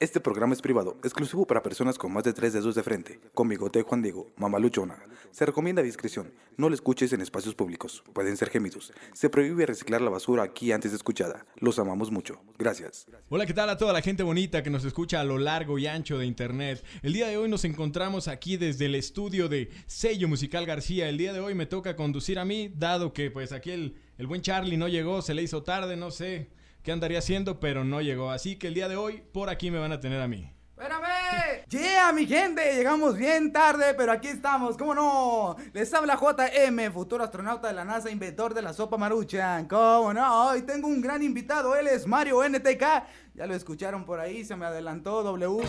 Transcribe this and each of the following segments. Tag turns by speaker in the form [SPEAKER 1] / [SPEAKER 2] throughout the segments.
[SPEAKER 1] Este programa es privado, exclusivo para personas con más de tres dedos de frente, con bigote de Juan Diego, mamaluchona. Se recomienda discreción, no lo escuches en espacios públicos, pueden ser gemidos. Se prohíbe reciclar la basura aquí antes de escuchada. Los amamos mucho. Gracias.
[SPEAKER 2] Hola, ¿qué tal a toda la gente bonita que nos escucha a lo largo y ancho de internet? El día de hoy nos encontramos aquí desde el estudio de Sello Musical García. El día de hoy me toca conducir a mí, dado que pues aquí el, el buen Charlie no llegó, se le hizo tarde, no sé qué andaría haciendo, pero no llegó. Así que el día de hoy por aquí me van a tener a mí.
[SPEAKER 3] ¡Espérame! ¡Yeah, mi gente! Llegamos bien tarde, pero aquí estamos, ¿cómo no? Les habla JM, futuro astronauta de la NASA, inventor de la sopa maruchan, ¿cómo no? Hoy tengo un gran invitado, él es Mario NTK. Ya lo escucharon por ahí, se me adelantó W.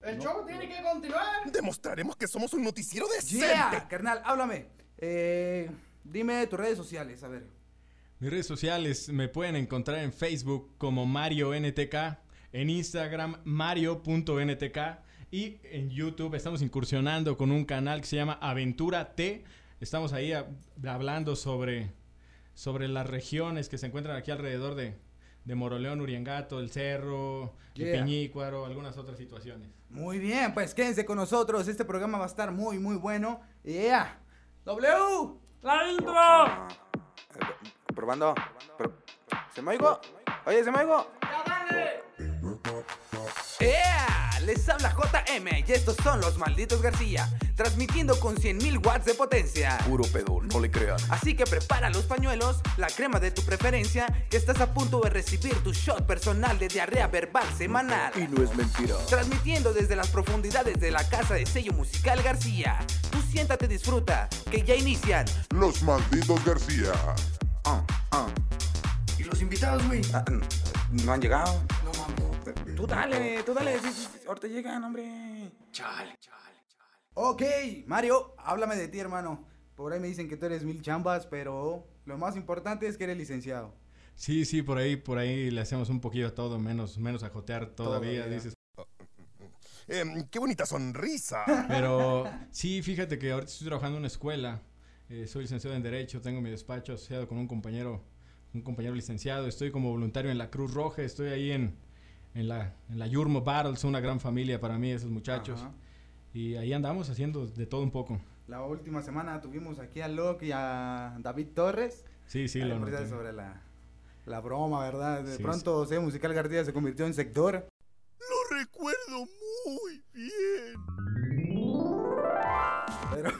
[SPEAKER 4] El show tiene que continuar.
[SPEAKER 5] Demostraremos que somos un noticiero decente.
[SPEAKER 3] ¡Yeah! Carnal, háblame. Eh, dime tus redes sociales, a ver.
[SPEAKER 2] Mis redes sociales me pueden encontrar en Facebook como Mario NTK, en Instagram mario.ntk y en YouTube estamos incursionando con un canal que se llama Aventura T. Estamos ahí a- hablando sobre, sobre las regiones que se encuentran aquí alrededor de, de Moroleón, Uriangato, El Cerro, el
[SPEAKER 3] Yeah.
[SPEAKER 2] Piñícuaro, algunas otras situaciones.
[SPEAKER 3] Muy bien, pues quédense con nosotros. Este programa va a estar muy, muy bueno. ¡Yeah! ¡W!
[SPEAKER 6] ¡La intro!
[SPEAKER 1] Probando. Pro- ¿Se me oigo? Oye, ¿se me oigo?
[SPEAKER 3] ¡Ea! Les habla JM y estos son los malditos García, transmitiendo con 100.000 watts de potencia.
[SPEAKER 1] Puro pedo, no le crean.
[SPEAKER 3] Así que prepara los pañuelos, la crema de tu preferencia, que estás a punto de recibir tu shot personal de diarrea verbal semanal.
[SPEAKER 1] no es mentira.
[SPEAKER 3] Transmitiendo desde las profundidades de la casa de sello musical García. Tú siéntate, disfruta, que ya inician.
[SPEAKER 5] Los malditos García.
[SPEAKER 1] Ah, ah,
[SPEAKER 4] ¿Y los invitados, güey?
[SPEAKER 1] ah, n- no han llegado.
[SPEAKER 4] No mames.
[SPEAKER 1] Tú dale, tú dale. sí, sí, sí, Ahorita llegan, hombre.
[SPEAKER 4] Chale, chale, chale.
[SPEAKER 3] Ok, Mario, háblame de ti, hermano. Por ahí me dicen que tú eres mil chambas, pero lo más importante es que eres licenciado.
[SPEAKER 2] Sí, sí, por ahí, por ahí le hacemos un poquillo a todo, menos, menos a jotear todavía,
[SPEAKER 3] Todavía.
[SPEAKER 2] dices.
[SPEAKER 5] Em, qué bonita sonrisa.
[SPEAKER 2] Pero sí, fíjate que ahorita estoy trabajando en una escuela. eh, soy licenciado en Derecho, tengo mi despacho asociado con un compañero, un compañero licenciado. Estoy como voluntario en la Cruz Roja, estoy ahí en, en la, en la Yurmo Battles, una gran familia para mí, esos muchachos.
[SPEAKER 3] Ajá.
[SPEAKER 2] Y ahí andamos haciendo de todo un poco.
[SPEAKER 3] La última semana tuvimos aquí a Locke y a David Torres.
[SPEAKER 2] Sí, sí,
[SPEAKER 3] Ahí
[SPEAKER 2] lo
[SPEAKER 3] ahorita
[SPEAKER 2] noté.
[SPEAKER 3] sobre la, la broma, ¿verdad? De
[SPEAKER 2] Sí,
[SPEAKER 3] pronto Sello Musical García se convirtió en sector.
[SPEAKER 5] Lo recuerdo muy bien.
[SPEAKER 3] Pero,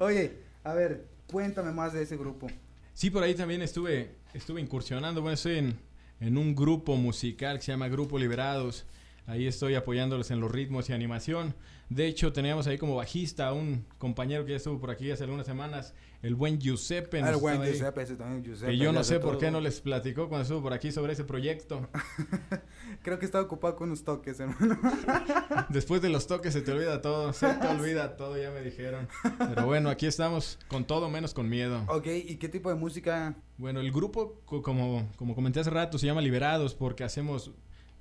[SPEAKER 3] oye, a ver, cuéntame más de ese grupo.
[SPEAKER 2] Sí, por ahí también estuve, estuve incursionando. Bueno, estoy en, en un grupo musical que se llama Grupo Liberados. Ahí estoy apoyándoles en los ritmos y animación. De hecho, teníamos ahí como bajista a un compañero que ya estuvo por aquí hace algunas semanas, el buen Giuseppe. nos
[SPEAKER 3] Ah, el buen
[SPEAKER 2] estaba ahí.
[SPEAKER 3] Giuseppe, ese también Giuseppe.
[SPEAKER 2] Que yo
[SPEAKER 3] le
[SPEAKER 2] no
[SPEAKER 3] hace
[SPEAKER 2] sé por
[SPEAKER 3] todo.
[SPEAKER 2] qué no les platicó cuando estuvo por aquí sobre ese proyecto.
[SPEAKER 3] Creo que estaba ocupado con unos toques, hermano.
[SPEAKER 2] Después de los toques se te olvida todo, se te olvida todo, ya me dijeron. Pero bueno, aquí estamos con todo menos con miedo.
[SPEAKER 3] ok, ¿y qué tipo de música?
[SPEAKER 2] Bueno, el grupo, co- como, como comenté hace rato, se llama Liberados porque hacemos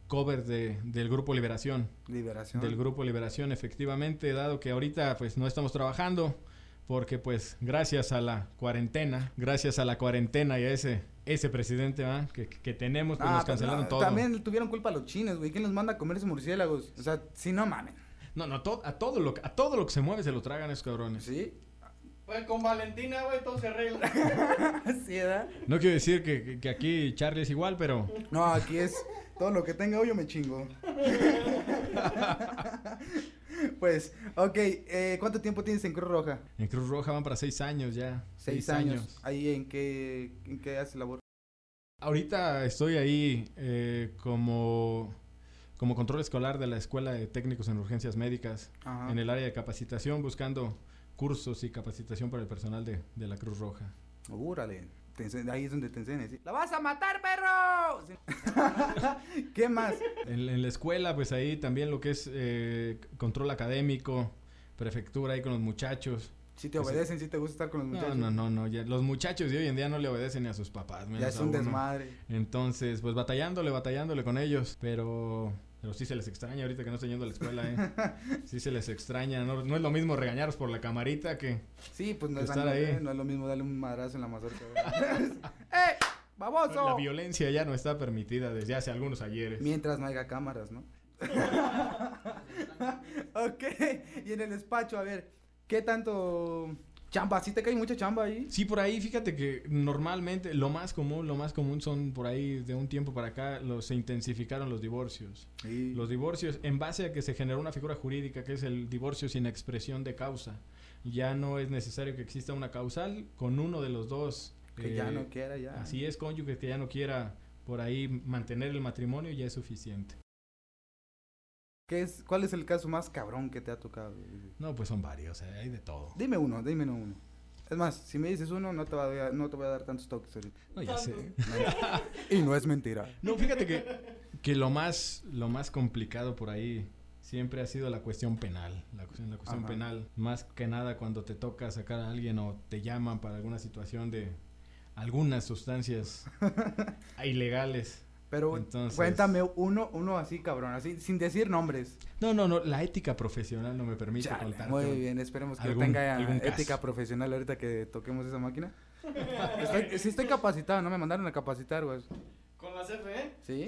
[SPEAKER 2] covers de- del grupo Liberación.
[SPEAKER 3] Liberación.
[SPEAKER 2] Del grupo Liberación, efectivamente, dado que ahorita pues no estamos trabajando porque pues gracias a la cuarentena, gracias a la cuarentena y a ese, ese presidente ¿verdad? que, que tenemos, pues
[SPEAKER 3] Ah,
[SPEAKER 2] nos
[SPEAKER 3] pues
[SPEAKER 2] cancelaron
[SPEAKER 3] no,
[SPEAKER 2] todo.
[SPEAKER 3] También tuvieron culpa los chinos, güey. ¿Quién los manda a comer esos murciélagos? O sea, si no mamen.
[SPEAKER 2] No, no, to- a, todo lo, que- a todo lo que se mueve se lo tragan esos cabrones.
[SPEAKER 3] ¿Sí?
[SPEAKER 4] Pues con Valentina, güey, todo se arregla.
[SPEAKER 3] Así, ¿verdad?
[SPEAKER 2] No quiero decir que, que- que aquí Charlie es igual, pero
[SPEAKER 3] No, aquí es todo lo que tenga hoyo me chingo. pues, ok, eh, ¿cuánto tiempo tienes en Cruz Roja?
[SPEAKER 2] en Cruz Roja van para seis años ya.
[SPEAKER 3] Seis años. ¿Ahí en qué, en qué haces labor?
[SPEAKER 2] Ahorita estoy ahí eh, como, como control escolar de la Escuela de Técnicos en Urgencias Médicas
[SPEAKER 3] Ajá.
[SPEAKER 2] en el área de capacitación, buscando cursos y capacitación para el personal de, de la Cruz Roja.
[SPEAKER 3] Órale, te ense- ahí es donde te enseñan. ¿sí? ¡La vas a matar, perro! Sí. ¿Qué más?
[SPEAKER 2] En, en la escuela, pues ahí también lo que es eh, c- control académico, prefectura ahí con los muchachos.
[SPEAKER 3] Si te obedecen, si te gusta estar con los
[SPEAKER 2] No,
[SPEAKER 3] muchachos.
[SPEAKER 2] no, no, no, ya- los muchachos de hoy en día no le obedecen ni a sus papás. menos
[SPEAKER 3] Ya es
[SPEAKER 2] a
[SPEAKER 3] un
[SPEAKER 2] uno.
[SPEAKER 3] desmadre.
[SPEAKER 2] Entonces, pues batallándole, batallándole con ellos, pero... Pero sí se les extraña ahorita que no estoy yendo a la escuela, ¿eh? Sí se les extraña. No, no es lo mismo regañaros por la camarita que...
[SPEAKER 3] Sí, pues no es,
[SPEAKER 2] Estar
[SPEAKER 3] no-
[SPEAKER 2] ahí.
[SPEAKER 3] no es lo mismo darle un madrazo en la mazorca. ¿verdad? ¡Eh!
[SPEAKER 2] La
[SPEAKER 3] ¡Baboso!
[SPEAKER 2] violencia ya no está permitida desde hace algunos ayeres.
[SPEAKER 3] Mientras no haya cámaras, ¿no? ok, y en el despacho, a ver, ¿qué tanto chamba? ¿Sí te cae mucha chamba ahí?
[SPEAKER 2] Sí, por ahí, fíjate que normalmente lo más común, lo más común son por ahí de un tiempo para acá, los, se intensificaron los divorcios.
[SPEAKER 3] Sí.
[SPEAKER 2] Los divorcios, en base a que se generó una figura jurídica que es el divorcio sin expresión de causa. Ya no es necesario que exista una causal con uno de los dos.
[SPEAKER 3] Que
[SPEAKER 2] eh,
[SPEAKER 3] ya no quiera, ya.
[SPEAKER 2] Así es, cónyuge que ya no quiera por ahí mantener el matrimonio, ya es suficiente.
[SPEAKER 3] ¿Qué es, ¿Cuál es el caso más cabrón que te ha tocado?
[SPEAKER 2] No, pues son varios, eh, hay de todo.
[SPEAKER 3] Dime uno, dime no uno. Es más, si me dices uno, no te voy a, no te voy a dar tantos toques ahorita.
[SPEAKER 2] No, ya sé.
[SPEAKER 3] Y no es mentira.
[SPEAKER 2] No, fíjate que, que lo, más, lo más complicado por ahí siempre ha sido la cuestión penal. La cuestión, la cuestión
[SPEAKER 3] Ajá.
[SPEAKER 2] penal, más que nada cuando te toca sacar a alguien o te llaman para alguna situación de algunas sustancias ilegales.
[SPEAKER 3] Pero
[SPEAKER 2] Entonces-
[SPEAKER 3] cuéntame uno, uno así cabrón, así sin decir nombres.
[SPEAKER 2] No, no, no, la ética profesional no me permite
[SPEAKER 3] Chale,
[SPEAKER 2] contarte.
[SPEAKER 3] muy bien, esperemos que yo
[SPEAKER 2] algún-
[SPEAKER 3] tenga
[SPEAKER 2] algún caso.
[SPEAKER 3] ética profesional ahorita que toquemos esa máquina. Estoy- sí estoy capacitado, no me mandaron a capacitar, güey.
[SPEAKER 4] ¿Con la E? CFE?
[SPEAKER 3] ¿Sí?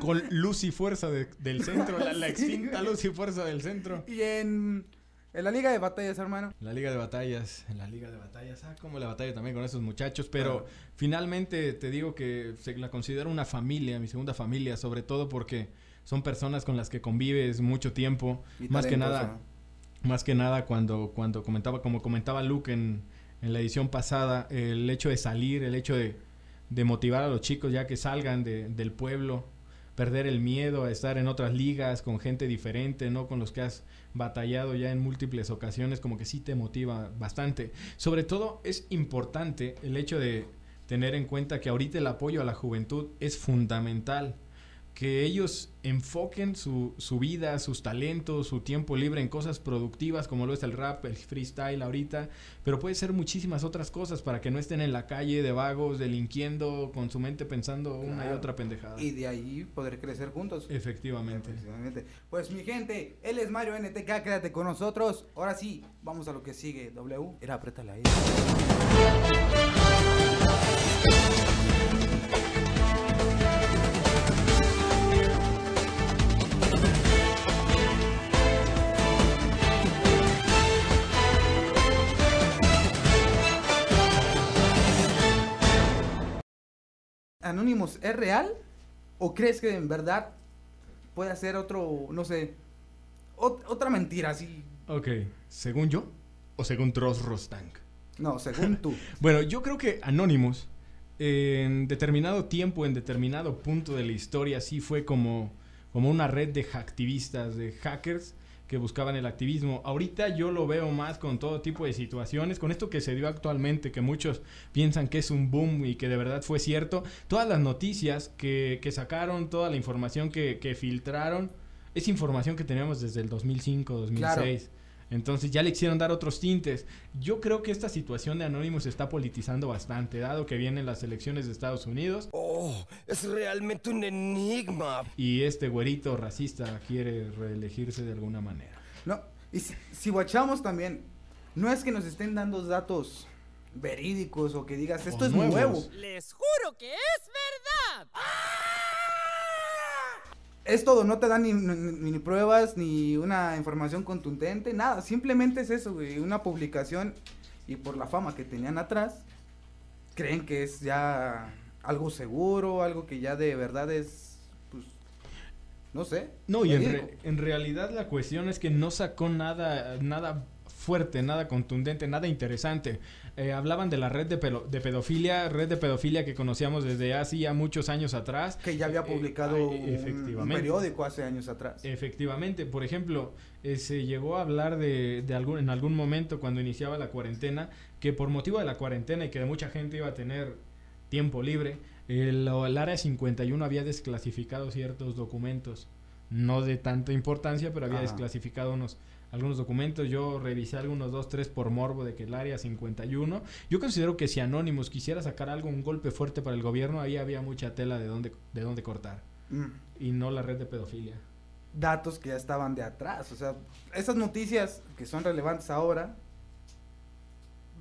[SPEAKER 2] Con luz y fuerza de- del centro, la, la extinta luz y fuerza del centro.
[SPEAKER 3] Y en, en la liga de batallas, hermano.
[SPEAKER 2] La Liga de Batallas, en la Liga de Batallas, ah, como la batalla también con esos muchachos, pero finalmente te digo que se la considero una familia, mi segunda familia, sobre todo porque son personas con las que convives mucho tiempo,
[SPEAKER 3] Y
[SPEAKER 2] más que
[SPEAKER 3] talentoso.
[SPEAKER 2] nada, más que nada cuando cuando comentaba como comentaba Luke en, en la edición pasada, el hecho de salir, el hecho de, de motivar a los chicos ya que salgan de- del pueblo, perder el miedo a estar en otras ligas con gente diferente, no con los que has batallado ya en múltiples ocasiones, como que sí te motiva bastante. Sobre todo es importante el hecho de tener en cuenta que ahorita el apoyo a la juventud es fundamental. Que ellos enfoquen su, su vida, sus talentos, su tiempo libre en cosas productivas como lo es el rap, el freestyle ahorita, pero puede ser muchísimas otras cosas para que no estén en la calle de vagos, delinquiendo, con su mente pensando una y
[SPEAKER 3] Claro.
[SPEAKER 2] otra pendejada.
[SPEAKER 3] Y de ahí poder crecer juntos.
[SPEAKER 2] Efectivamente.
[SPEAKER 3] Efectivamente. Pues mi gente, él es Mario NTK, quédate con nosotros. Ahora sí, vamos a lo que sigue. W, era apriétala ahí. Anonymous, ¿es real? ¿O crees que en verdad puede hacer otro, no sé, ot- otra mentira así?
[SPEAKER 2] Ok, según yo o según Tross Rostank.
[SPEAKER 3] No, según tú.
[SPEAKER 2] Bueno, yo creo que Anonymous, en determinado tiempo, en determinado punto de la historia, sí fue como, como una red de hacktivistas, de hackers que buscaban el activismo. Ahorita yo lo veo más con todo tipo de situaciones, con esto que se dio actualmente, que muchos piensan que es un boom y que de verdad fue cierto. Todas las noticias que, que sacaron, toda la información que, que filtraron, es información que teníamos desde el 2005, 2006. Entonces ya le quisieron dar otros tintes. Yo creo que esta situación de Anonymous se está politizando bastante, dado que vienen las elecciones de Estados Unidos
[SPEAKER 6] Oh, es realmente un enigma.
[SPEAKER 2] y este güerito racista quiere reelegirse de alguna manera.
[SPEAKER 3] No, y si, si guachamos también, no es que nos estén dando datos verídicos o que digas, esto
[SPEAKER 2] O
[SPEAKER 3] es
[SPEAKER 2] nuevos.
[SPEAKER 3] nuevo.
[SPEAKER 7] Les juro que es verdad.
[SPEAKER 3] Es todo, no te dan ni, ni- ni pruebas, ni una información contundente, nada. Simplemente es eso, güey, una publicación y por la fama que tenían atrás, creen que es ya algo seguro, algo que ya de verdad es, pues, no sé.
[SPEAKER 2] No, y en,
[SPEAKER 3] verídico.
[SPEAKER 2] re- en realidad la cuestión es que no sacó nada, nada fuerte, nada contundente, nada interesante. Eh, hablaban de la red de, pelo- de pedofilia, red de pedofilia que conocíamos desde hacía muchos años atrás.
[SPEAKER 3] que ya había
[SPEAKER 2] Eh,
[SPEAKER 3] publicado
[SPEAKER 2] eh,
[SPEAKER 3] un- un,
[SPEAKER 2] efectivamente. Eh.
[SPEAKER 3] periódico hace años atrás.
[SPEAKER 2] Efectivamente, por ejemplo, eh, se llegó a hablar de, de algún, en algún momento cuando iniciaba la cuarentena, que por motivo de la cuarentena y que de mucha gente iba a tener tiempo libre, el, el área 51 había desclasificado ciertos documentos, no de tanta importancia, pero había
[SPEAKER 3] Ajá.
[SPEAKER 2] desclasificado unos algunos documentos, yo revisé algunos dos, tres por morbo de que el área 51, yo considero que si Anonymous quisiera sacar algo, un golpe fuerte para el gobierno, ahí había mucha tela de dónde, de dónde cortar,
[SPEAKER 3] Mm.
[SPEAKER 2] y no la red de pedofilia.
[SPEAKER 3] Datos que ya estaban de atrás. O sea, esas noticias que son relevantes ahora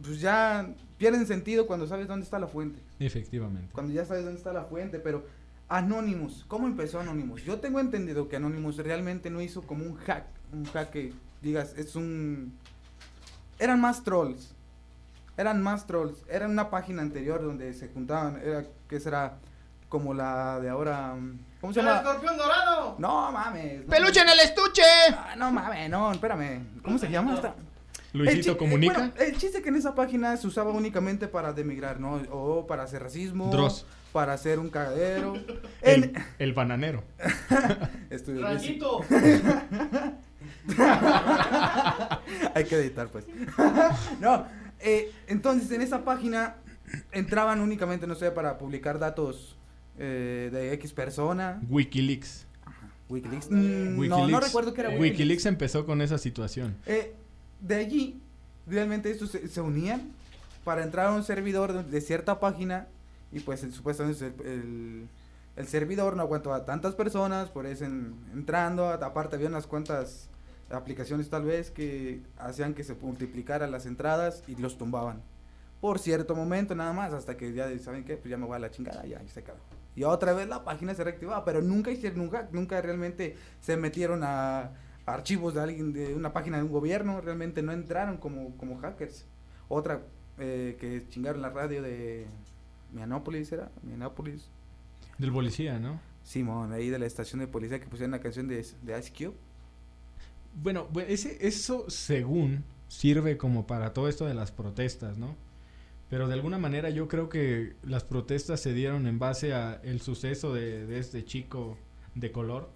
[SPEAKER 3] pues ya pierden sentido cuando sabes dónde está la fuente.
[SPEAKER 2] Efectivamente.
[SPEAKER 3] Cuando ya sabes dónde está la fuente, pero Anonymous, ¿cómo empezó Anonymous? Yo tengo entendido que Anonymous realmente no hizo como un hack, un hack que digas, es un... Eran más trolls, eran más trolls, era una página anterior donde se juntaban, era, ¿qué será? Como la de ahora, mm, ¿cómo se
[SPEAKER 4] ¡El
[SPEAKER 3] llama?
[SPEAKER 4] escorpión dorado!
[SPEAKER 3] No mames. no
[SPEAKER 8] ¡Peluche en el estuche!
[SPEAKER 3] Ah, no mames, no, espérame. ¿Cómo se llama esta?
[SPEAKER 2] Luisito
[SPEAKER 3] El chi-
[SPEAKER 2] comunica.
[SPEAKER 3] eh, bueno, el chiste que en esa página se usaba únicamente para demigrar, ¿no? O para hacer racismo.
[SPEAKER 2] Dross.
[SPEAKER 3] Para hacer un cagadero.
[SPEAKER 2] el,
[SPEAKER 3] en.
[SPEAKER 2] el bananero.
[SPEAKER 3] Estudio Luis.
[SPEAKER 4] ¡Rayito!
[SPEAKER 3] Hay que editar, pues. no. eh, entonces, en esa página entraban únicamente, no sé, para publicar datos eh, de X persona.
[SPEAKER 2] Wikileaks.
[SPEAKER 3] Wikileaks. Mm, No, no recuerdo que era Wikileaks.
[SPEAKER 2] Wikileaks empezó con esa situación.
[SPEAKER 3] Eh, de allí, realmente estos se, se unían para entrar a un servidor de- de cierta página y pues el, supuestamente el, el- el servidor no aguantó a tantas personas, por eso en- entrando, a- aparte había unas cuantas aplicaciones tal vez que hacían que se multiplicaran las entradas y los tumbaban. Por cierto momento nada más, hasta que ya de- saben qué, pues ya me voy a la chingada, ya, y se acabó. Y otra vez la página se reactivaba, pero nunca hicieron un hack, nunca realmente se metieron a, archivos de alguien de una página de un gobierno realmente no entraron como, como hackers. Otra eh, que chingaron la radio de Minneapolis era Minneapolis.
[SPEAKER 2] Del policía, ¿no?
[SPEAKER 3] Simón, ahí de la estación de policía que pusieron la canción de, de Ice Cube.
[SPEAKER 2] Bueno, bu- ese, eso según sirve como para todo esto de las protestas, ¿no? Pero de alguna manera yo creo que las protestas se dieron en base a el suceso de, de este chico de color.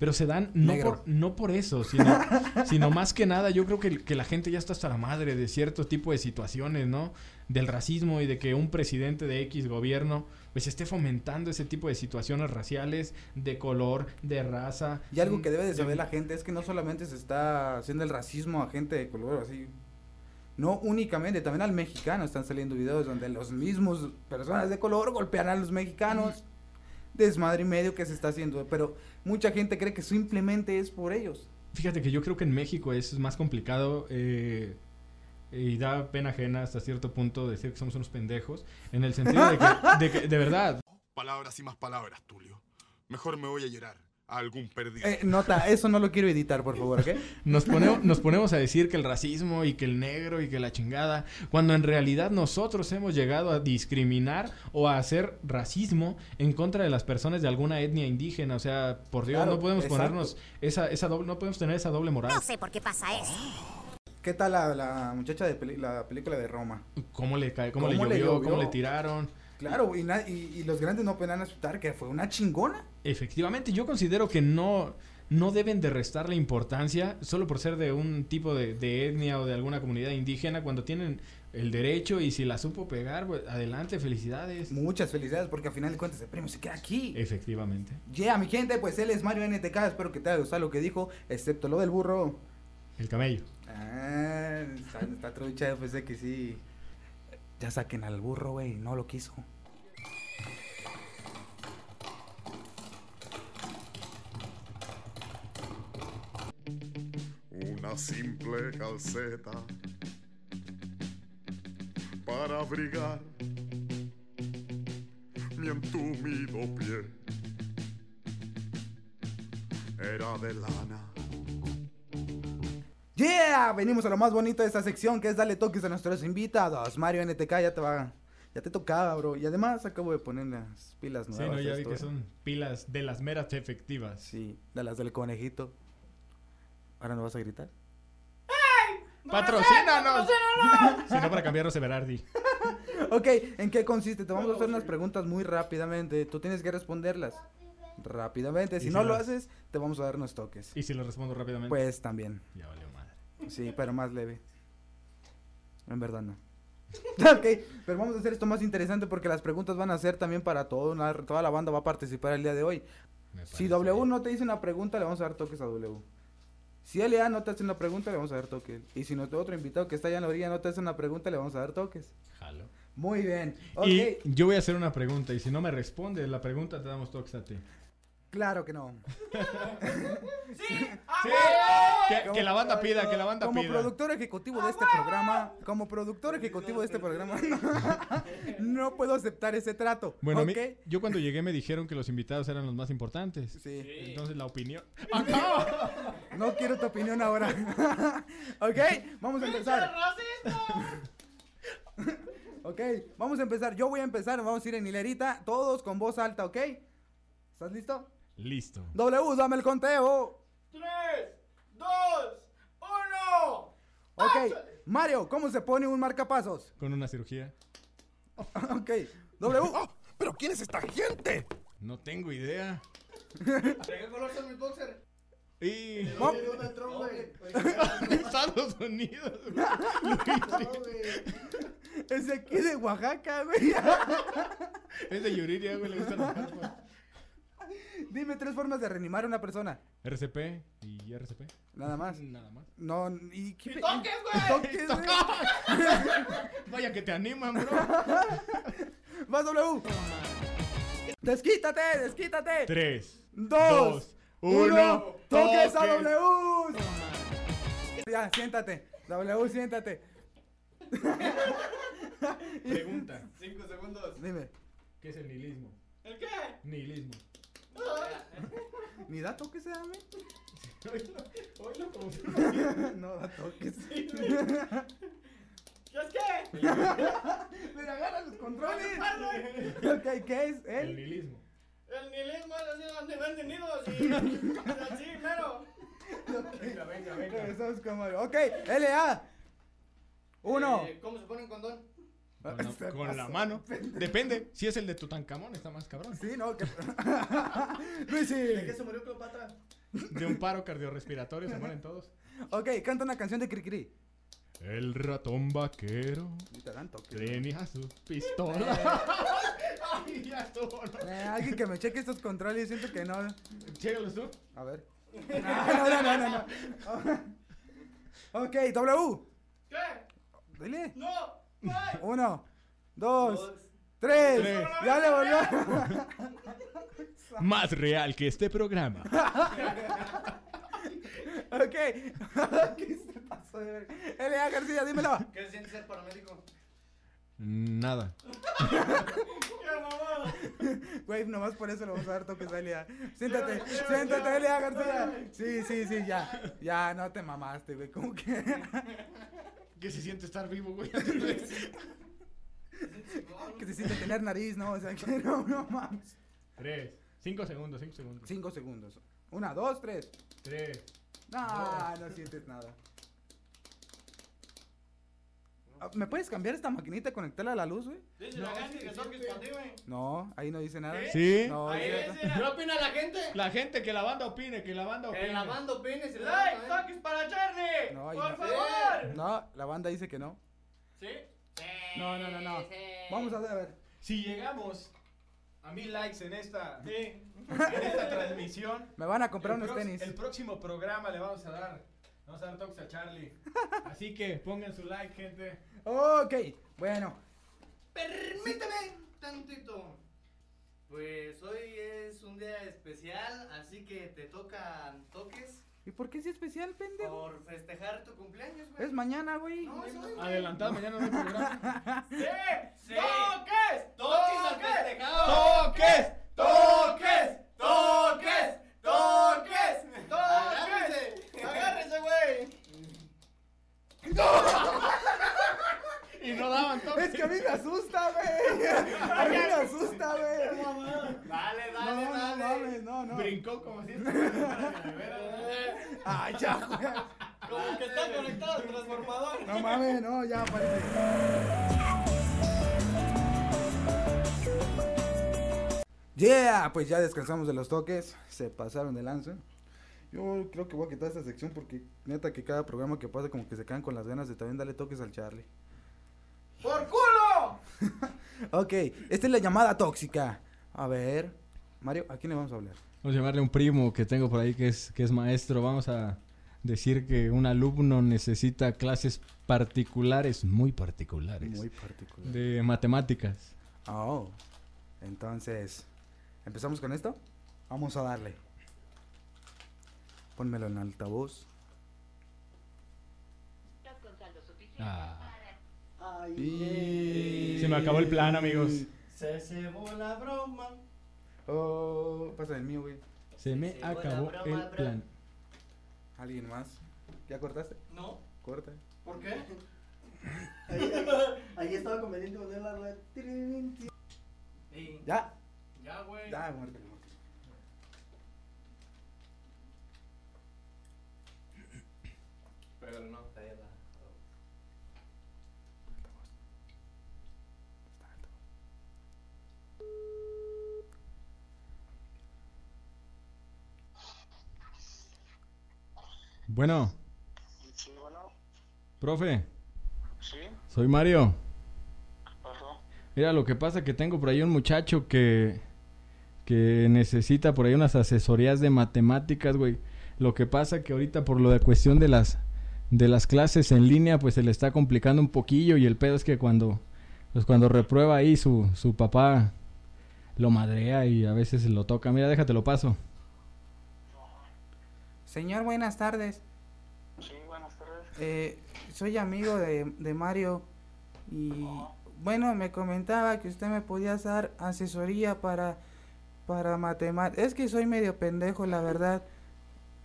[SPEAKER 2] Pero se dan no,
[SPEAKER 3] Negro.
[SPEAKER 2] por, no por eso, sino, sino más que nada yo creo que, el- que la gente ya está hasta la madre de cierto tipo de situaciones, ¿no? Del racismo y de que un presidente de X gobierno pues esté fomentando ese tipo de situaciones raciales, de color, de raza.
[SPEAKER 3] Y algo que debe de
[SPEAKER 2] Mm,
[SPEAKER 3] saber la gente es que no solamente se está haciendo el racismo a gente de color así. No únicamente, también al mexicano están saliendo videos donde los mismos personas de color golpean a los mexicanos. Desmadre y medio que se está haciendo, pero mucha gente cree que simplemente es por ellos.
[SPEAKER 2] Fíjate que yo creo que en México es más complicado eh, y da pena ajena hasta cierto punto decir que somos unos pendejos. En el sentido de que, de, que- de verdad,
[SPEAKER 5] Palabras y más palabras, Tulio. Mejor me voy a llorar a algún perdido.
[SPEAKER 3] Eh, nota, eso no lo quiero editar, por favor, ¿ok?
[SPEAKER 2] nos, ponemos, nos ponemos a decir que el racismo y que el negro y que la chingada, cuando en realidad nosotros hemos llegado a discriminar o a hacer racismo en contra de las personas de alguna etnia indígena. O sea, por Dios,
[SPEAKER 3] Claro,
[SPEAKER 2] no podemos
[SPEAKER 3] exacto.
[SPEAKER 2] ponernos esa, esa doble, no podemos tener esa doble moral.
[SPEAKER 7] sé por qué pasa eso.
[SPEAKER 3] ¿Qué tal la, la muchacha de peli- la película de Roma?
[SPEAKER 2] ¿Cómo le, cae- cómo
[SPEAKER 3] ¿Cómo
[SPEAKER 2] le
[SPEAKER 3] le
[SPEAKER 2] llovió? ¿Cómo
[SPEAKER 3] llovió?
[SPEAKER 2] le tiraron?
[SPEAKER 3] Claro, y, na- y, y los grandes no podrán aceptar que fue una chingona.
[SPEAKER 2] Efectivamente, yo considero que no, no deben de restar la importancia solo por ser de un tipo de, de etnia o de alguna comunidad indígena cuando tienen el derecho y si la supo pegar, pues adelante, felicidades.
[SPEAKER 3] Muchas felicidades, porque al final de cuentas el premio se queda aquí.
[SPEAKER 2] Efectivamente.
[SPEAKER 3] Yeah, mi gente, pues él es Mario NTK. Espero que te haya gustado lo que dijo, excepto lo del burro.
[SPEAKER 2] El camello.
[SPEAKER 3] Ah, está, está trucha, pensé que sí. Ya saquen al burro, güey, no lo quiso.
[SPEAKER 5] Una simple calceta para abrigar mi entumido pie. Era de lana.
[SPEAKER 3] Yeah, venimos a lo más bonito de esta sección que es darle toques a nuestros invitados. Mario NTK ya te va, ya te tocaba, bro. Y además acabo de poner las pilas
[SPEAKER 2] Sí,
[SPEAKER 3] nuevas.
[SPEAKER 2] no, ya
[SPEAKER 3] de
[SPEAKER 2] vi
[SPEAKER 3] esto,
[SPEAKER 2] que
[SPEAKER 3] eh.
[SPEAKER 2] son pilas de las meras efectivas.
[SPEAKER 3] Sí, de las del conejito. Ahora no vas a gritar.
[SPEAKER 2] ¡Patrocínanos! Si no, para cambiarnos a Berardi.
[SPEAKER 3] Ok, ¿en qué consiste? Te vamos a hacer unas preguntas muy rápidamente. Tú tienes que responderlas rápidamente.
[SPEAKER 2] Y
[SPEAKER 3] Si
[SPEAKER 2] si
[SPEAKER 3] no
[SPEAKER 2] no-
[SPEAKER 3] lo haces, te vamos a dar unos toques.
[SPEAKER 2] Y si lo respondo rápidamente.
[SPEAKER 3] Pues también.
[SPEAKER 2] Ya valió madre.
[SPEAKER 3] Sí, pero más leve. En verdad no. ok, pero vamos a hacer esto más interesante porque las preguntas van a ser también para todo, una- toda la banda va a participar el día de hoy.
[SPEAKER 2] Me
[SPEAKER 3] Si
[SPEAKER 2] parece
[SPEAKER 3] W
[SPEAKER 2] bien.
[SPEAKER 3] no te dice una pregunta, le vamos a dar toques a W. Si LA no te hace una pregunta, le vamos a dar toques. Y si nuestro otro invitado que está allá en la orilla no te hace una pregunta, le vamos a dar toques.
[SPEAKER 2] Jalo.
[SPEAKER 3] Muy bien. Ok.
[SPEAKER 2] Y yo voy a hacer una pregunta y si no me respondes la pregunta, te damos toques a ti.
[SPEAKER 3] Claro que no.
[SPEAKER 2] Sí, que, que la banda pida, que la banda
[SPEAKER 3] Como
[SPEAKER 2] pida.
[SPEAKER 3] productor ejecutivo de este programa, como productor ejecutivo de este programa, no, no puedo aceptar ese trato.
[SPEAKER 2] Bueno, a mí-
[SPEAKER 3] ¿ok?
[SPEAKER 2] yo cuando llegué me dijeron que los invitados eran los más importantes.
[SPEAKER 3] Sí.
[SPEAKER 2] Entonces la opinión.
[SPEAKER 3] No quiero tu opinión ahora. ok, vamos a empezar. ok, vamos a empezar. Yo voy a empezar, vamos a ir en hilerita, todos con voz alta, ¿ok? ¿Estás listo?
[SPEAKER 2] Listo.
[SPEAKER 3] W, dame el conteo.
[SPEAKER 4] ¡Tres, dos, uno!
[SPEAKER 3] Ok, Mario, ¿cómo se pone un marcapasos?
[SPEAKER 2] Con una cirugía.
[SPEAKER 3] ok, W.
[SPEAKER 5] ¡Oh! ¿Pero quién es esta gente?
[SPEAKER 2] No tengo idea.
[SPEAKER 4] ¿De qué color son mis boxers?
[SPEAKER 2] Y.
[SPEAKER 3] Mo-
[SPEAKER 4] Donald Trump, güey.
[SPEAKER 2] Estados Unidos. güey.
[SPEAKER 3] Es de aquí de Oaxaca, güey.
[SPEAKER 2] Es de Yuriria, güey. Le gustan las carpas.
[SPEAKER 3] Dime tres formas de reanimar a una persona.
[SPEAKER 2] RCP y RCP.
[SPEAKER 3] Nada más.
[SPEAKER 2] Nada más.
[SPEAKER 3] No, y qué pe-
[SPEAKER 4] toques, güey!
[SPEAKER 3] y toques, güey.
[SPEAKER 2] Vaya que te animan, bro.
[SPEAKER 3] Vas W. Desquítate, desquítate.
[SPEAKER 2] Tres.
[SPEAKER 3] dos,
[SPEAKER 2] dos,
[SPEAKER 3] uno.
[SPEAKER 2] uno,
[SPEAKER 3] Toques a
[SPEAKER 2] toques.
[SPEAKER 3] W. Ya, siéntate. W, siéntate.
[SPEAKER 2] Pregunta.
[SPEAKER 4] Cinco segundos.
[SPEAKER 3] Dime,
[SPEAKER 2] ¿Qué es el nihilismo?
[SPEAKER 4] ¿El qué?
[SPEAKER 2] Nihilismo.
[SPEAKER 3] ¿ni da toques, eh, dame?
[SPEAKER 2] Oílo como si-
[SPEAKER 3] No da toques.
[SPEAKER 4] ¿Qué es qué?
[SPEAKER 3] Pero agarra los controles. ok, ¿qué es?
[SPEAKER 2] El
[SPEAKER 3] Él.
[SPEAKER 2] nihilismo.
[SPEAKER 4] El nihilismo es así donde van tenidos y así, mero.
[SPEAKER 2] Venga, venga,
[SPEAKER 3] Regresamos con Mario. Ok, LA. Uno.
[SPEAKER 4] Eh, ¿Cómo se pone un condón? Ah,
[SPEAKER 2] Con
[SPEAKER 3] Se
[SPEAKER 2] la, con la
[SPEAKER 3] pasó.
[SPEAKER 2] mano. Depende. Si es el de Tutankamón, está más cabrón.
[SPEAKER 3] Sí, no, que. Luisi.
[SPEAKER 4] murió Cleopatra?
[SPEAKER 2] De un paro cardiorrespiratorio se mueren todos.
[SPEAKER 3] Ok, canta una canción de Cricri.
[SPEAKER 2] El ratón vaquero
[SPEAKER 3] Ni te dan toques.
[SPEAKER 2] tenía su pistola. Ay, ya estuvo. ¿no?
[SPEAKER 3] Eh, alguien que me cheque estos controles, siento que no.
[SPEAKER 2] Chégalos tú.
[SPEAKER 3] A ver. Ah, No, no, no, no. no. ok, W.
[SPEAKER 4] ¿Qué?
[SPEAKER 3] Dile.
[SPEAKER 4] ¡No! ¡Ay!
[SPEAKER 3] Uno, dos,
[SPEAKER 4] Dos.
[SPEAKER 3] tres.
[SPEAKER 2] Tres.
[SPEAKER 3] Ya le volvió.
[SPEAKER 2] Más real que este programa.
[SPEAKER 3] ok. ¿Qué se pasó de ver? LA García, dímelo.
[SPEAKER 4] ¿Qué se siente ser paramédico?
[SPEAKER 2] Nada.
[SPEAKER 4] ¡Qué mamada!
[SPEAKER 3] Güey, nomás por eso le vamos a dar toques a LA. Siéntate,
[SPEAKER 4] Llévame,
[SPEAKER 3] siéntate,
[SPEAKER 4] llévame,
[SPEAKER 3] LA García. Sí, sí, sí, ya. Ya, no te mamaste, güey. ¿Cómo que?
[SPEAKER 2] ¿Qué se siente estar vivo, güey?
[SPEAKER 3] que se siente tener nariz, ¿no? O sea, que no, no mames.
[SPEAKER 2] Tres. Cinco segundos, cinco segundos.
[SPEAKER 3] Cinco segundos. Una, dos, tres.
[SPEAKER 2] Tres.
[SPEAKER 3] No, no sientes nada. Ah, ¿Me puedes cambiar esta maquinita y conectarla a la luz, güey?
[SPEAKER 4] Dice la gente que toques para ti, güey.
[SPEAKER 3] No, ahí no dice nada.
[SPEAKER 4] ¿Eh?
[SPEAKER 2] ¿Sí?
[SPEAKER 3] No,
[SPEAKER 4] Ahí
[SPEAKER 3] dice-
[SPEAKER 4] dice. ¿Qué opina la gente?
[SPEAKER 2] La gente, que la banda opine, que la banda opine.
[SPEAKER 4] El lavando penes. ¡Like! ¡Toques para Charlie!
[SPEAKER 3] No, ahí
[SPEAKER 4] ¡Por
[SPEAKER 3] no.
[SPEAKER 4] favor!
[SPEAKER 3] No, la banda dice que no.
[SPEAKER 4] ¿Sí?
[SPEAKER 3] No, no, no, no. Vamos a ver.
[SPEAKER 2] Si llegamos a mil likes en esta,
[SPEAKER 4] Sí.
[SPEAKER 2] en esta transmisión,
[SPEAKER 3] Me van a comprar
[SPEAKER 2] el
[SPEAKER 3] unos
[SPEAKER 2] prox-
[SPEAKER 3] tenis.
[SPEAKER 2] El próximo programa le vamos a dar. Vamos a dar toques a Charlie. Así que pongan su like, gente.
[SPEAKER 3] Ok, bueno.
[SPEAKER 4] Permíteme tantito. Pues hoy es un día especial, así que te tocan toques
[SPEAKER 3] ¿Y por qué es especial, pendejo?
[SPEAKER 4] por festejar tu cumpleaños, güey.
[SPEAKER 3] Es mañana, güey.
[SPEAKER 4] Oh. No, es hoy, güey.
[SPEAKER 2] Adelantado, mañana no hay programa.
[SPEAKER 4] ¡Sí! ¡Sí! ¡Eh! ¡Toques! ¡Toques al festejado!
[SPEAKER 2] ¡Toques!
[SPEAKER 4] ¡Toques! ¡Toques! ¡Toques! ¡Toques! ¡Agárrese, güey!
[SPEAKER 2] Y no daban toques.
[SPEAKER 3] Es que a mí me asusta, güey. A mí me asusta, güey. No,
[SPEAKER 4] Dale, dale,
[SPEAKER 3] no,
[SPEAKER 4] dale.
[SPEAKER 3] mames, no, no.
[SPEAKER 2] Brincó como si estuviera
[SPEAKER 3] Ay, Ah, ya, güey.
[SPEAKER 4] Como que está conectado al transformador.
[SPEAKER 3] No mames, no, ya pues. parece. Yeah, pues ya descansamos de los toques, se pasaron de lanza. Yo creo que voy a quitar esta sección porque neta que cada programa que pasa como que se quedan con las ganas de también darle toques al Charlie.
[SPEAKER 4] ¡Por culo!
[SPEAKER 3] Ok, esta es la llamada tóxica. A ver, Mario, ¿a quién le vamos a hablar?
[SPEAKER 2] Vamos a llamarle a un primo que tengo por ahí que es, que es maestro. Vamos a decir que un alumno necesita clases particulares, muy particulares,
[SPEAKER 3] Muy particular.
[SPEAKER 2] de matemáticas.
[SPEAKER 3] Oh, entonces, ¿empezamos con esto? Vamos a darle. Pónmelo en altavoz.
[SPEAKER 2] Ah,
[SPEAKER 4] Ay, eh.
[SPEAKER 2] se me acabó el plan, amigos.
[SPEAKER 4] Se cebó la broma.
[SPEAKER 3] Oh, pasa el mío, güey.
[SPEAKER 2] Se me
[SPEAKER 4] Sí,
[SPEAKER 2] acabó
[SPEAKER 4] buena broma,
[SPEAKER 2] el
[SPEAKER 4] bro.
[SPEAKER 2] plan.
[SPEAKER 3] ¿Alguien más? ¿Ya cortaste?
[SPEAKER 4] No,
[SPEAKER 3] Corta.
[SPEAKER 4] ¿por qué? ahí, ahí estaba conveniente poner la rueda. Ya,
[SPEAKER 3] ¿Ya?
[SPEAKER 4] ya, güey.
[SPEAKER 3] Ya, muértelo, muértelo.
[SPEAKER 4] Pero no, ahí va.
[SPEAKER 2] Bueno,
[SPEAKER 8] Sí, bueno,
[SPEAKER 2] profe,
[SPEAKER 8] sí,
[SPEAKER 2] soy Mario.
[SPEAKER 8] ¿qué pasó?
[SPEAKER 2] Mira, lo que pasa que tengo por ahí un muchacho que que necesita por ahí unas asesorías de matemáticas, güey. Lo que pasa que ahorita por lo de cuestión de las de las clases en línea, pues se le está complicando un poquillo y el pedo es que cuando pues cuando reprueba ahí su su papá lo madrea y a veces lo toca. Mira, déjate lo paso.
[SPEAKER 3] Señor, buenas tardes.
[SPEAKER 8] Sí, buenas tardes.
[SPEAKER 3] Eh, soy amigo de, de Mario y bueno, me comentaba que usted me podía dar asesoría para, para matemáticas. Es que soy medio pendejo, la verdad.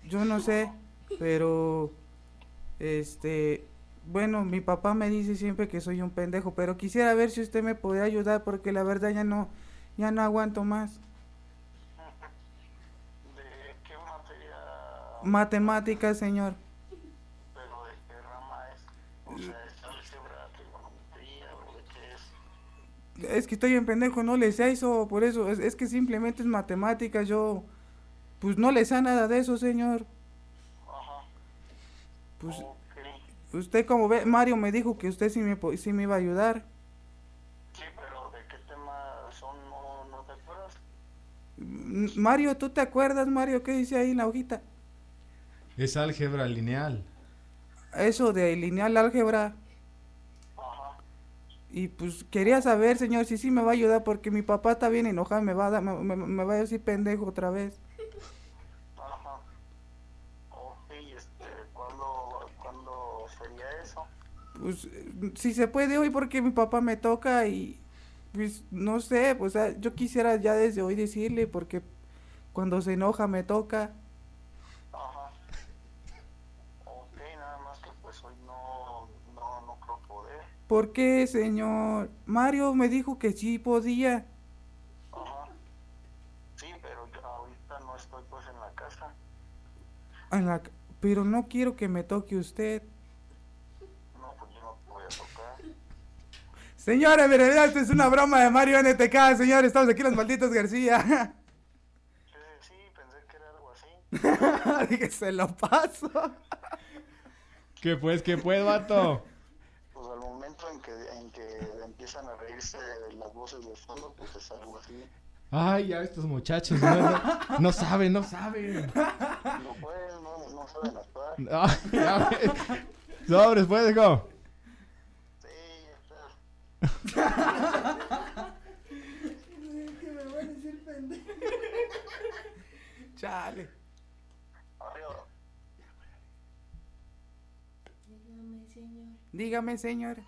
[SPEAKER 3] Yo no sé, pero este, bueno, mi papá me dice siempre que soy un pendejo, pero quisiera ver si usted me podría ayudar porque la verdad ya no, ya no aguanto más.
[SPEAKER 8] ¿De qué materia,
[SPEAKER 3] Matemáticas, señor.
[SPEAKER 8] pero de qué rama es? O sea, ¿es álgebra, trigonometría o de qué es?
[SPEAKER 3] Es que estoy bien pendejo, no les sé eso, por eso, es, es que simplemente es matemática, yo, pues no les sé a nada de eso, señor.
[SPEAKER 8] Ajá,
[SPEAKER 3] Pues
[SPEAKER 8] ok.
[SPEAKER 3] usted como ve, Mario me dijo que usted sí me, po- sí me iba a ayudar.
[SPEAKER 8] Sí, pero ¿de qué tema son? ¿No, no te acuerdas?
[SPEAKER 3] M- Mario, ¿tú te acuerdas, Mario, qué dice ahí en la hojita?
[SPEAKER 2] Es álgebra lineal.
[SPEAKER 3] Eso de lineal álgebra.
[SPEAKER 8] Ajá.
[SPEAKER 3] Y pues quería saber, señor, si sí me va a ayudar, porque mi papá está bien enojado, me va a, dar- me, me- me va a decir pendejo otra vez.
[SPEAKER 8] Ajá. Ok, este, ¿cuándo, ¿cuándo sería eso?
[SPEAKER 3] Pues eh, si se puede hoy porque mi papá me toca y pues no sé, pues ah, yo quisiera ya desde hoy decirle porque cuando se enoja me toca.
[SPEAKER 8] Ajá. Ok, nada más que pues hoy no, no, no creo poder.
[SPEAKER 3] ¿Por qué, señor? Mario me dijo que sí podía.
[SPEAKER 8] Ajá. Sí, pero yo ahorita no estoy pues en la casa.
[SPEAKER 3] En la c- Pero no quiero que me toque usted.
[SPEAKER 8] No, pues yo no voy a tocar.
[SPEAKER 3] Señores, mire, mira, esto es una broma de Mario NTK, señores, estamos aquí los malditos García.
[SPEAKER 8] Sí, sí, sí, pensé que era algo así.
[SPEAKER 3] Dije, se lo paso.
[SPEAKER 2] ¿Qué pues, qué pues, vato?
[SPEAKER 8] Pues al momento en que, en que empiezan a reírse las voces de fondo, pues es algo así.
[SPEAKER 2] Ay, ya estos muchachos no, no, no saben, no saben.
[SPEAKER 8] No pueden, no, no saben actuar.
[SPEAKER 2] No, ya ves. Sobres, pues, hijo.
[SPEAKER 8] Sí, ya está.
[SPEAKER 3] Chale.
[SPEAKER 8] Arriba.
[SPEAKER 3] Dígame, señor.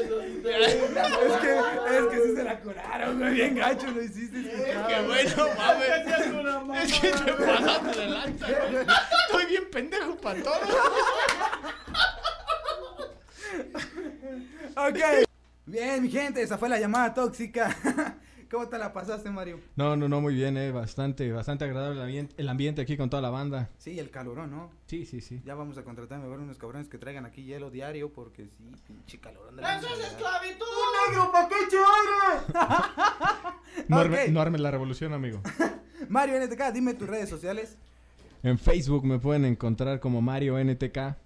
[SPEAKER 3] Es que, es que sí se la curaron, güey. Bien gacho lo hiciste. escuchado.
[SPEAKER 2] Bueno, mames. Es que te pasaste de lanza, güey. Estoy bien pendejo para todo.
[SPEAKER 3] Ok. Bien, mi gente, esa fue la llamada tóxica. ¿Cómo te la pasaste, Mario?
[SPEAKER 2] No, no, no, muy bien, eh. Bastante, bastante agradable el ambien- el ambiente aquí con toda la banda.
[SPEAKER 3] Sí, el calorón, ¿no?
[SPEAKER 2] Sí, sí, sí.
[SPEAKER 3] Ya vamos a contratar mejor unos cabrones que traigan aquí hielo diario porque sí, pinche calorón de la
[SPEAKER 4] ¡Eso es
[SPEAKER 3] chingada.
[SPEAKER 4] esclavitud!
[SPEAKER 3] negro, ¿pa' qué llora?
[SPEAKER 2] No,
[SPEAKER 3] Ok.
[SPEAKER 2] arme, no arme la revolución, amigo.
[SPEAKER 3] Mario NTK, dime tus redes sociales.
[SPEAKER 2] En Facebook me pueden encontrar como Mario NTK.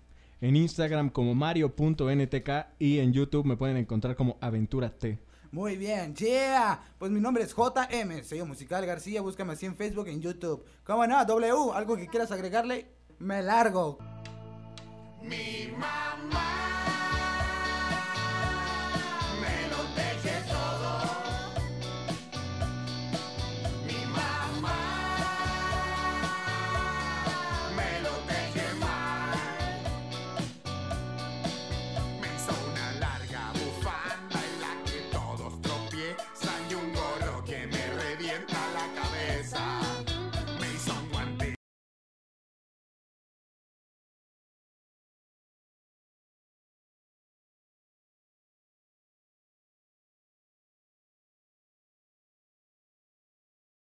[SPEAKER 2] En Instagram como Mario.NTK. Y en YouTube me pueden encontrar como Aventura T.
[SPEAKER 3] Muy bien, yeah. Pues mi nombre es JM, sello musical García. Búscame así en Facebook, en YouTube. ¿Cómo no? W, algo que quieras agregarle, me largo.
[SPEAKER 5] Mi mamá